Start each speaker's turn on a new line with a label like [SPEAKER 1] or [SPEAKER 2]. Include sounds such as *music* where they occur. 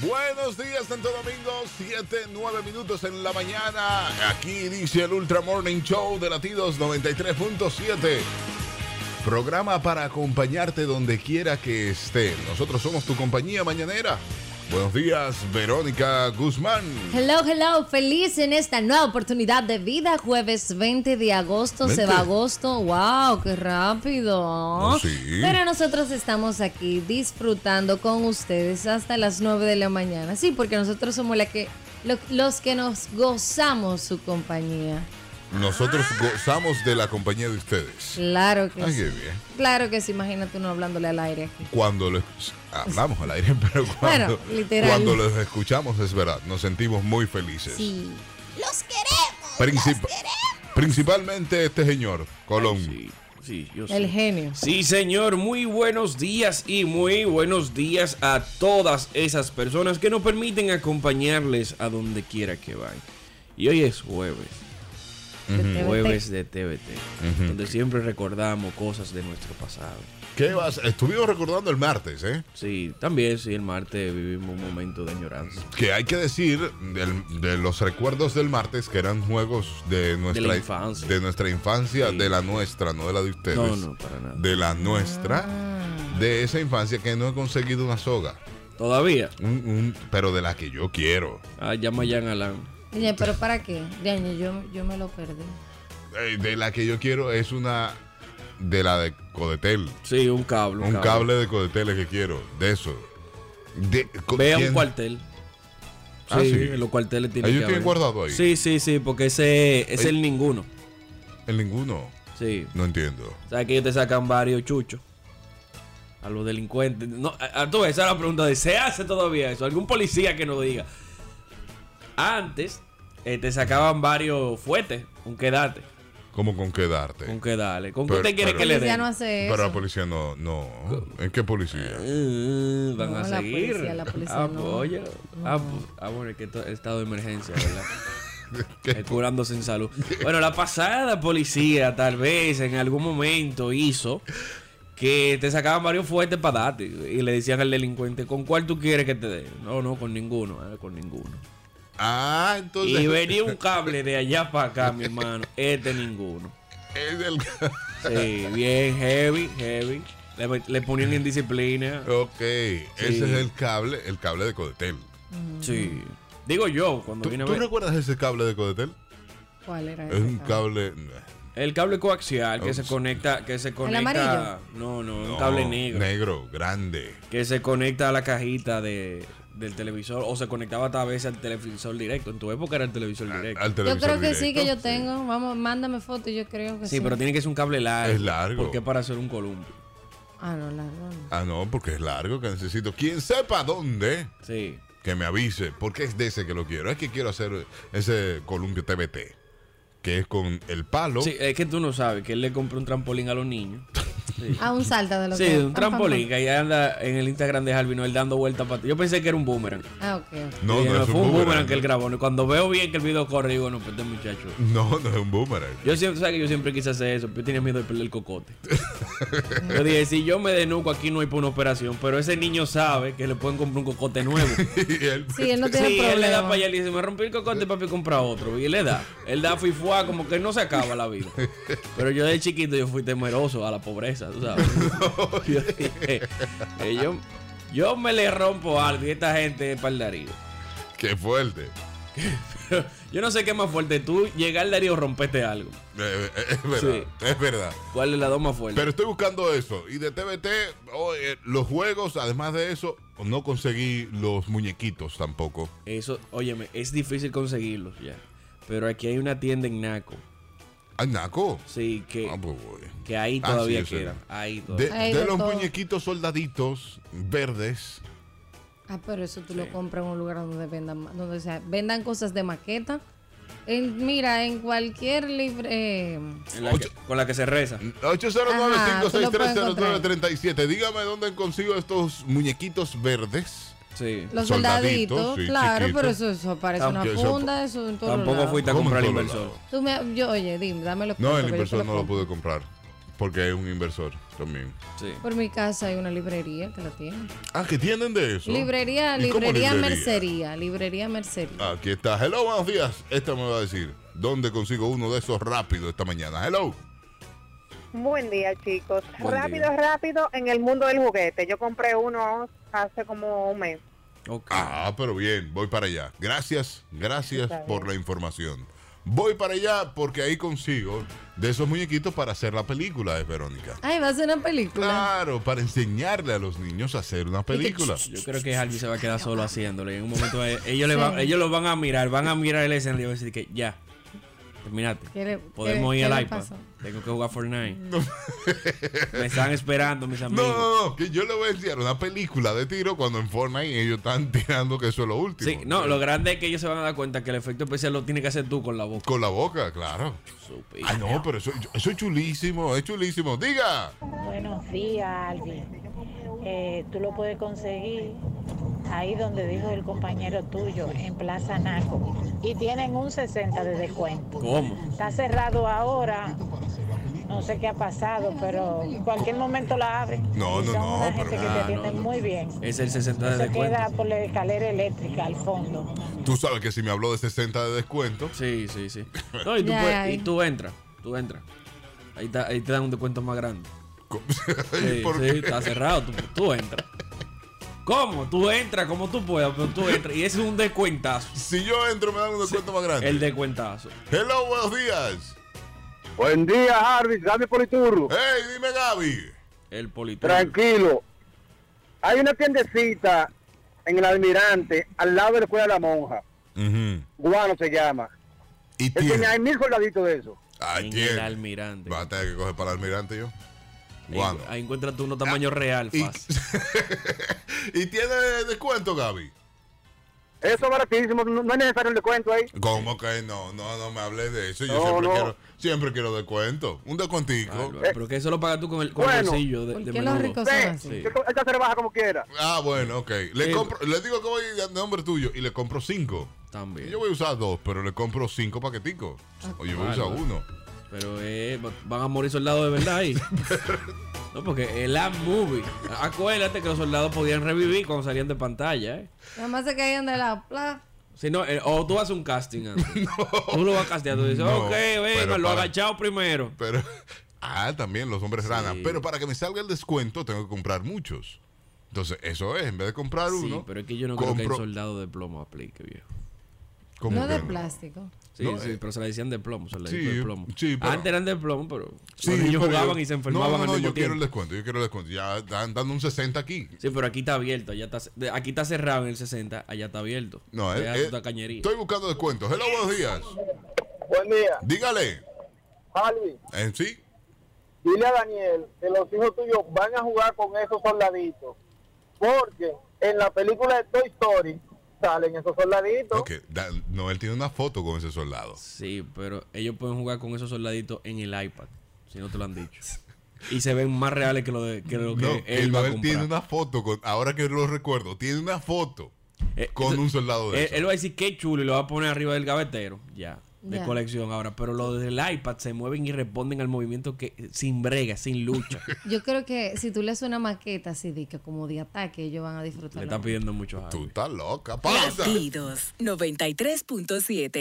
[SPEAKER 1] Buenos días, Santo Domingo, 7, 9 minutos en la mañana. Aquí inicia el Ultra Morning Show de Latidos 93.7. Programa para acompañarte donde quiera que estés. Nosotros somos tu compañía mañanera. Buenos días, Verónica Guzmán.
[SPEAKER 2] Hello, hello, feliz en esta nueva oportunidad de vida. Jueves 20 de agosto, se
[SPEAKER 1] 20.
[SPEAKER 2] va agosto. ¡Wow! ¡Qué rápido!
[SPEAKER 1] Oh, sí.
[SPEAKER 2] Pero nosotros estamos aquí disfrutando con ustedes hasta las 9 de la mañana. Sí, porque nosotros somos la que, lo- los que nos gozamos su compañía.
[SPEAKER 1] Nosotros gozamos de la compañía de ustedes.
[SPEAKER 2] Claro que
[SPEAKER 1] Ay,
[SPEAKER 2] Ah.
[SPEAKER 1] eh.
[SPEAKER 2] sí. pues.
[SPEAKER 1] qué bien.
[SPEAKER 2] Claro que sí, imagínate uno hablándole al aire aquí.
[SPEAKER 1] Cuando lo escuch- hablamos al aire, *laughs* pero cuando,
[SPEAKER 2] Bueno, literal.
[SPEAKER 1] cuando los escuchamos es verdad, nos sentimos muy felices.
[SPEAKER 2] Sí.
[SPEAKER 1] Princip- principalmente este señor, Colón.
[SPEAKER 3] Sí, sí, yo
[SPEAKER 2] El
[SPEAKER 3] sé.
[SPEAKER 2] genio.
[SPEAKER 3] Sí, señor, muy buenos días y muy buenos días a todas esas personas que nos permiten acompañarles a donde quiera que vayan. Y hoy es jueves,
[SPEAKER 2] De
[SPEAKER 3] jueves de TVT, donde siempre recordamos cosas de nuestro pasado.
[SPEAKER 1] ¿Qué vas? Estuvimos recordando el martes, ¿eh?
[SPEAKER 3] Sí, también, sí, el martes vivimos un momento de añoranza.
[SPEAKER 1] Que hay que decir del- de los recuerdos del martes que eran juegos de nuestra
[SPEAKER 3] infancia.
[SPEAKER 1] de nuestra infancia,
[SPEAKER 3] Sí.
[SPEAKER 1] de la nuestra, no de la de ustedes.
[SPEAKER 3] No, no, para nada.
[SPEAKER 1] De la nuestra, de esa infancia que no he conseguido una soga,
[SPEAKER 3] Todavía,
[SPEAKER 1] un- un- pero de la que yo quiero.
[SPEAKER 3] ah, llama a Jan Alan.
[SPEAKER 2] Oye, pero ¿para qué? Diaño, yo, yo me lo perdí.
[SPEAKER 1] Eh, de la que yo quiero es una de la de Codetel,
[SPEAKER 3] Sí, un cable.
[SPEAKER 1] un cable de Codetel es que quiero, de eso. De, co-
[SPEAKER 3] Vea
[SPEAKER 1] ¿quién?
[SPEAKER 3] un cuartel.
[SPEAKER 1] Ah,
[SPEAKER 3] sí,
[SPEAKER 1] sí.
[SPEAKER 3] en los cuarteles tiene
[SPEAKER 1] Ellos
[SPEAKER 3] que
[SPEAKER 1] tienen
[SPEAKER 3] haber.
[SPEAKER 1] guardado ahí.
[SPEAKER 3] Sí, sí, sí, porque ese es
[SPEAKER 1] Ey.
[SPEAKER 3] el ninguno.
[SPEAKER 1] En ninguno,
[SPEAKER 3] Sí.
[SPEAKER 1] no entiendo.
[SPEAKER 3] Sabes que ellos te sacan varios chuchos. A los delincuentes. No, a, a- tú, esa es la pregunta de ¿se hace todavía eso? Algún policía que nos diga. Antes eh, te sacaban varios fuertes, un quedate,
[SPEAKER 1] ¿Cómo con quedarte?
[SPEAKER 3] un quedale. ¿Con qué
[SPEAKER 1] Pero-
[SPEAKER 3] usted quiere
[SPEAKER 1] pero-
[SPEAKER 3] que le
[SPEAKER 2] Ya
[SPEAKER 3] den?
[SPEAKER 2] no hace eso.
[SPEAKER 1] Pero la policía no, no. ¿En qué policía?
[SPEAKER 3] Eh, van
[SPEAKER 2] No,
[SPEAKER 3] a
[SPEAKER 2] la
[SPEAKER 3] seguir.
[SPEAKER 2] policía, la policía
[SPEAKER 3] ah,
[SPEAKER 2] no.
[SPEAKER 3] pues, oye. Ah, pues, ah, bueno, es que esto es estado de emergencia, ¿verdad? Eh, curándose en salud. Bueno, la pasada policía tal vez en algún momento hizo que te sacaban varios fuertes para darte y le decían al delincuente, ¿con cuál tú quieres que te dé? No, no, con ninguno, ah, con ninguno.
[SPEAKER 1] Ah, entonces.
[SPEAKER 3] Y venía un cable de allá para acá, mi hermano, este ninguno.
[SPEAKER 1] Es del.
[SPEAKER 3] Sí, bien, heavy, heavy. Le, le ponían indisciplina.
[SPEAKER 1] *laughs* ok, ese es el cable, el cable de Codetel.
[SPEAKER 3] Sí. Digo yo, cuando
[SPEAKER 1] ¿Tú,
[SPEAKER 3] vine a
[SPEAKER 1] tú
[SPEAKER 3] ver...
[SPEAKER 1] recuerdas ese cable de Codetel?
[SPEAKER 2] ¿Cuál era
[SPEAKER 1] Es
[SPEAKER 2] ese
[SPEAKER 1] un cable.
[SPEAKER 3] El cable coaxial que se conecta, que se conecta. No, no, un cable
[SPEAKER 1] Oh, no,
[SPEAKER 3] negro.
[SPEAKER 1] Negro, grande.
[SPEAKER 3] que se conecta a la cajita de, del televisor o se conectaba tal vez al televisor directo. En tu época era el televisor
[SPEAKER 1] Ah,
[SPEAKER 3] directo.
[SPEAKER 1] Al
[SPEAKER 2] Yo
[SPEAKER 1] televisor
[SPEAKER 2] creo que sí, que yo
[SPEAKER 1] directo.
[SPEAKER 2] tengo. Vamos, mándame foto, yo creo que Pues sí.
[SPEAKER 3] sí, pero tiene que ser un cable largo.
[SPEAKER 1] Es largo.
[SPEAKER 3] Porque es para hacer un columpio.
[SPEAKER 2] Ah, no, la no.
[SPEAKER 1] Ah, no, porque es largo que necesito. Quien sepa dónde,
[SPEAKER 3] Sí.
[SPEAKER 1] que me avise. Porque es de ese que lo quiero. Es que quiero hacer ese columpio TBT. Que es con el palo.
[SPEAKER 3] Sí, es que tú no sabes que él le compró un trampolín a los niños. Sí.
[SPEAKER 2] Ah, un salta de lo que
[SPEAKER 3] Sí, un trampolín que ahí anda en el Instagram de Jalvino, él dando vueltas para Yo pensé que era un boomerang.
[SPEAKER 2] Ah, ok.
[SPEAKER 1] No,
[SPEAKER 3] Y
[SPEAKER 1] no es
[SPEAKER 3] fue un boomerang, que
[SPEAKER 1] ¿no?
[SPEAKER 3] él grabó. Y Cuando veo bien que el video corre, digo, no, pues este muchacho.
[SPEAKER 1] No, no es un boomerang. *laughs*
[SPEAKER 3] Yo siempre, ¿sabes que yo siempre quise hacer eso? pero Yo tenía miedo de perder el cocote. yo dije, si yo me denuco aquí no hay para una operación, pero ese niño sabe que le pueden comprar un cocote nuevo.
[SPEAKER 1] Y él-
[SPEAKER 2] Sí,
[SPEAKER 3] *laughs*
[SPEAKER 2] él no tiene
[SPEAKER 3] sí, él le da
[SPEAKER 2] problema.
[SPEAKER 3] para allá y le dice, me rompí el cocote, papi, compra otro. Y él le da. Él da fuifuá, como que no se acaba la vida. Pero yo de chiquito yo fui temeroso a la pobreza, tú sabes. yo, dije, eh, yo, yo me le rompo algo y esta gente es paldarío.
[SPEAKER 1] Qué fuerte.
[SPEAKER 3] Yo no sé qué es más fuerte, tú llegar al darío o romperte algo.
[SPEAKER 1] Eh, eh, es verdad. Es verdad.
[SPEAKER 3] ¿Cuál es la dos más fuerte?
[SPEAKER 1] Pero estoy buscando eso. Y de TBT, oh, eh, los juegos, además de eso, no conseguí los muñequitos tampoco.
[SPEAKER 3] Eso, óyeme, es difícil conseguirlos ya. Pero aquí hay una tienda en Naco.
[SPEAKER 1] Ay, Naco.
[SPEAKER 3] Sí, que,
[SPEAKER 1] Ah, pues, güey.
[SPEAKER 3] que ahí
[SPEAKER 1] Ah, sí,
[SPEAKER 3] todavía
[SPEAKER 1] yo sé.
[SPEAKER 3] queda. Ahí
[SPEAKER 1] De,
[SPEAKER 3] todavía.
[SPEAKER 2] Ay,
[SPEAKER 1] de
[SPEAKER 2] de
[SPEAKER 1] los
[SPEAKER 2] todo.
[SPEAKER 1] muñequitos soldaditos verdes.
[SPEAKER 2] Ah, pero eso tú lo compras en un lugar donde vendan ma- donde sea, vendan cosas de maqueta. En- mira, en cualquier libre eh,
[SPEAKER 3] en la que- con la que se reza.
[SPEAKER 1] Mm. 809-5630937. Dígame dónde consigo estos muñequitos verdes.
[SPEAKER 3] Sí.
[SPEAKER 2] los
[SPEAKER 1] Soldaditos,
[SPEAKER 2] soldaditos,
[SPEAKER 1] sí,
[SPEAKER 2] claro,
[SPEAKER 1] chiquitos.
[SPEAKER 2] pero eso, eso parece
[SPEAKER 3] Tam-
[SPEAKER 2] una
[SPEAKER 1] eso-
[SPEAKER 2] funda, eso en todos
[SPEAKER 3] Tampoco
[SPEAKER 2] lados.
[SPEAKER 3] fuiste a
[SPEAKER 1] ¿Cómo en
[SPEAKER 3] comprar el
[SPEAKER 1] todos
[SPEAKER 3] inversor.
[SPEAKER 1] lados?
[SPEAKER 2] Tú me- yo, oye, dime, dame los
[SPEAKER 1] No,
[SPEAKER 2] puntos
[SPEAKER 1] el
[SPEAKER 2] que yo te
[SPEAKER 1] inversor no lo
[SPEAKER 2] compro.
[SPEAKER 1] pude comprar. Porque es un inversor también.
[SPEAKER 3] Sí.
[SPEAKER 2] Por mi casa hay una librería que la tiene.
[SPEAKER 1] Ah, que tienen de eso.
[SPEAKER 2] Librería,
[SPEAKER 1] ¿Y cómo
[SPEAKER 2] librería, mercería. Librería, mercería.
[SPEAKER 1] Aquí está. Hello, buenos días. Esta me va a decir dónde consigo uno de esos rápido esta mañana. Hello.
[SPEAKER 4] Buen día, chicos.
[SPEAKER 3] Buen
[SPEAKER 4] rápido,
[SPEAKER 3] día.
[SPEAKER 4] rápido, en el mundo del juguete. Yo compré uno hace como un mes.
[SPEAKER 3] Ok.
[SPEAKER 1] Ah, pero bien, voy para allá. Gracias, gracias
[SPEAKER 4] Está bien.
[SPEAKER 1] por la información. Voy para allá porque ahí consigo de esos muñequitos para hacer la película de Verónica.
[SPEAKER 2] Ay, va a ser una película.
[SPEAKER 1] Claro, para enseñarle a los niños a hacer una película.
[SPEAKER 3] Yo creo que Harvey se va a quedar solo haciéndolo. Y en un momento eh, ellos, le van, ellos lo van a mirar, van a mirar el escenario y van a decir que ya, terminate.
[SPEAKER 2] ¿Qué le-
[SPEAKER 3] Podemos
[SPEAKER 2] qué-
[SPEAKER 3] ir
[SPEAKER 2] qué
[SPEAKER 3] al
[SPEAKER 2] le
[SPEAKER 3] iPad.
[SPEAKER 2] pasó?
[SPEAKER 3] Tengo que jugar Fortnite.
[SPEAKER 1] *laughs*
[SPEAKER 3] Me están esperando mis
[SPEAKER 1] No,
[SPEAKER 3] amigos.
[SPEAKER 1] no, no, que yo le voy a enseñar una película de tiro cuando en Fortnite ellos están *laughs* tirando que eso es lo último.
[SPEAKER 3] Sí, no, lo grande es que ellos se van a dar cuenta que el efecto especial lo tiene que hacer tú con la boca.
[SPEAKER 1] Con la boca, claro.
[SPEAKER 3] Supi.
[SPEAKER 1] Ah, no, pero eso, eso es chulísimo, es chulísimo. Diga.
[SPEAKER 5] Buenos días, Alvin. Eh, tú lo puedes conseguir ahí donde dijo el compañero tuyo, en Plaza Naco. Y tienen un 60 de descuento.
[SPEAKER 3] ¿Cómo?
[SPEAKER 5] Está cerrado ahora. No sé qué ha pasado, pero cualquier momento la abren.
[SPEAKER 1] No,
[SPEAKER 5] Y
[SPEAKER 1] no,
[SPEAKER 5] son
[SPEAKER 1] no,
[SPEAKER 5] Una
[SPEAKER 1] pero-
[SPEAKER 5] gente que
[SPEAKER 3] Ah,
[SPEAKER 5] te
[SPEAKER 3] no,
[SPEAKER 5] atienden
[SPEAKER 3] no.
[SPEAKER 5] muy bien.
[SPEAKER 3] Es el 60 de
[SPEAKER 5] Se queda
[SPEAKER 3] descuento.
[SPEAKER 5] por la escalera eléctrica al fondo.
[SPEAKER 1] Tú sabes que si me habló de 60 de descuento, *laughs*
[SPEAKER 3] Sí, sí, sí. No, y tú,
[SPEAKER 2] Ya,
[SPEAKER 3] puedes-
[SPEAKER 2] ya,
[SPEAKER 3] y
[SPEAKER 2] ya.
[SPEAKER 3] tú entras, tú entras. Ahí, ta- ahí te dan un descuento más grande.
[SPEAKER 1] ¿cómo?
[SPEAKER 3] Sí,
[SPEAKER 1] ¿por
[SPEAKER 3] sí,
[SPEAKER 1] qué?
[SPEAKER 3] está cerrado, tú, tú entras. ¿Cómo? Tú entras como tú puedas, pero tú entras. Y ese es un descuentazo.
[SPEAKER 1] si yo entro me dan un descuento más grande.
[SPEAKER 3] El descuentazo.
[SPEAKER 1] Hello, buenos días.
[SPEAKER 6] Buen día, Harvey. Dame por el turno.
[SPEAKER 1] Hey, dime Gaby.
[SPEAKER 3] El politón.
[SPEAKER 6] Tranquilo. Hay una tiendecita en el Almirante, al lado de la Escuela de la Monja. Guano se llama.
[SPEAKER 1] Y
[SPEAKER 6] Es que
[SPEAKER 1] tiene.
[SPEAKER 6] hay mil soldaditos de eso.
[SPEAKER 1] Ay,
[SPEAKER 3] En el
[SPEAKER 1] tiene.
[SPEAKER 3] almirante.
[SPEAKER 1] Va a tener que coger para el almirante yo.
[SPEAKER 3] Ahí-
[SPEAKER 1] Guano.
[SPEAKER 3] Ahí, encuentras tú uno tamaño real,
[SPEAKER 1] Ah, Y, *laughs*
[SPEAKER 3] fácil.
[SPEAKER 1] y tiene descuento, Gaby.
[SPEAKER 6] Eso es baratísimo. No, no es necesario el descuento ahí.
[SPEAKER 1] ¿Cómo que no? No, no me hablé de eso. Yo
[SPEAKER 6] No,
[SPEAKER 1] siempre,
[SPEAKER 6] no.
[SPEAKER 1] Quiero, siempre quiero descuento. Un descuentico.
[SPEAKER 3] Bárbaro, Pero que eso lo pagas tú con el, con el
[SPEAKER 6] Bueno.
[SPEAKER 3] bolsillo de,
[SPEAKER 2] ¿Por
[SPEAKER 3] de
[SPEAKER 2] qué los
[SPEAKER 3] menudo.
[SPEAKER 2] ricos
[SPEAKER 6] Sí.
[SPEAKER 2] son así?
[SPEAKER 3] Sí.
[SPEAKER 6] Esta se rebaja como quiera.
[SPEAKER 1] Ah, bueno, ok. Le,
[SPEAKER 3] Sí.
[SPEAKER 1] compro, le digo que voy de nombre tuyo y le compro cinco.
[SPEAKER 3] También.
[SPEAKER 1] Yo voy a usar dos, pero le compro cinco paqueticos.
[SPEAKER 3] Ah,
[SPEAKER 1] O yo voy a usar
[SPEAKER 3] Bárbaro.
[SPEAKER 1] uno.
[SPEAKER 3] Pero eh, va- van a morir soldados de
[SPEAKER 1] *laughs*
[SPEAKER 3] verdad ahí. No, porque es la movie. Acuérdate que los soldados podían revivir cuando salían de pantalla, ¿eh?
[SPEAKER 2] Nada más se caían de la pla.
[SPEAKER 3] Si no, eh, o tú haces un
[SPEAKER 1] *laughs*
[SPEAKER 3] casting antes. Tú lo vas casteando. Tú dices,
[SPEAKER 1] No,
[SPEAKER 3] ok,
[SPEAKER 1] pero
[SPEAKER 3] venga, lo
[SPEAKER 1] para-
[SPEAKER 3] agachado primero.
[SPEAKER 1] Pero. *laughs* Ah, también los hombres ranas. Pero para que me salga el descuento, tengo que comprar muchos. Entonces, eso es. En vez de comprar
[SPEAKER 3] Sí,
[SPEAKER 1] uno.
[SPEAKER 3] pero es que yo no creo que
[SPEAKER 1] compro-
[SPEAKER 3] el soldado de plomo aplique, viejo.
[SPEAKER 1] ¿Cómo
[SPEAKER 2] No
[SPEAKER 1] que
[SPEAKER 2] de plástico.
[SPEAKER 3] Sí,
[SPEAKER 1] No,
[SPEAKER 3] sí,
[SPEAKER 1] eh,
[SPEAKER 3] pero se la decían de plomo, se la
[SPEAKER 1] sí,
[SPEAKER 3] decían de plomo.
[SPEAKER 1] sí, pero-
[SPEAKER 3] Antes eran de plomo, pero
[SPEAKER 1] Sí,
[SPEAKER 3] cuando ellos
[SPEAKER 1] pero
[SPEAKER 3] jugaban
[SPEAKER 1] yo-
[SPEAKER 3] y se enfermaban
[SPEAKER 1] No, no, no,
[SPEAKER 3] al mismo
[SPEAKER 1] yo quiero el
[SPEAKER 3] tiempo.
[SPEAKER 1] descuento, yo quiero el descuento. Ya están dando un 60 aquí.
[SPEAKER 3] Sí, pero aquí está abierto, allá está, de- aquí está cerrado en el 60, allá está abierto.
[SPEAKER 1] No,
[SPEAKER 3] Deja
[SPEAKER 1] eh,
[SPEAKER 3] tu
[SPEAKER 1] eh,
[SPEAKER 3] tacañería.
[SPEAKER 1] estoy buscando descuentos. Hello, buenos días.
[SPEAKER 6] Buen día,
[SPEAKER 1] Dígale.
[SPEAKER 6] Harvey.
[SPEAKER 1] ¿En sí?
[SPEAKER 6] Dile a Daniel que los hijos tuyos van a jugar con esos soldaditos. Porque en la película de Toy Story salen esos soldaditos.
[SPEAKER 1] Ok, Dan- Noel tiene una foto con ese soldado.
[SPEAKER 3] Sí, pero ellos pueden jugar con esos soldaditos en el iPad, si no te lo
[SPEAKER 1] *laughs*
[SPEAKER 3] han dicho. Y se ven más reales que lo, de, que, lo que
[SPEAKER 1] No, que
[SPEAKER 3] él va a
[SPEAKER 1] Noel tiene
[SPEAKER 3] comprar.
[SPEAKER 1] una foto con, ahora que lo recuerdo, tiene una foto
[SPEAKER 3] Eh,
[SPEAKER 1] con
[SPEAKER 3] eso-
[SPEAKER 1] un soldado de
[SPEAKER 3] él,
[SPEAKER 1] esos.
[SPEAKER 3] él va a decir qué chulo y lo va a poner arriba del gavetero. Ya, de
[SPEAKER 2] Ya.
[SPEAKER 3] colección ahora. Pero los del iPad se mueven y responden al movimiento que sin brega, sin lucha.
[SPEAKER 2] Yo creo que si tú le haces una maqueta así de que como de ataque, ellos van a
[SPEAKER 3] Le
[SPEAKER 2] disfrutar.
[SPEAKER 3] está pidiendo mucho a
[SPEAKER 1] Tú
[SPEAKER 3] Javi.
[SPEAKER 1] estás loca, pausa.
[SPEAKER 7] Latidos 93.7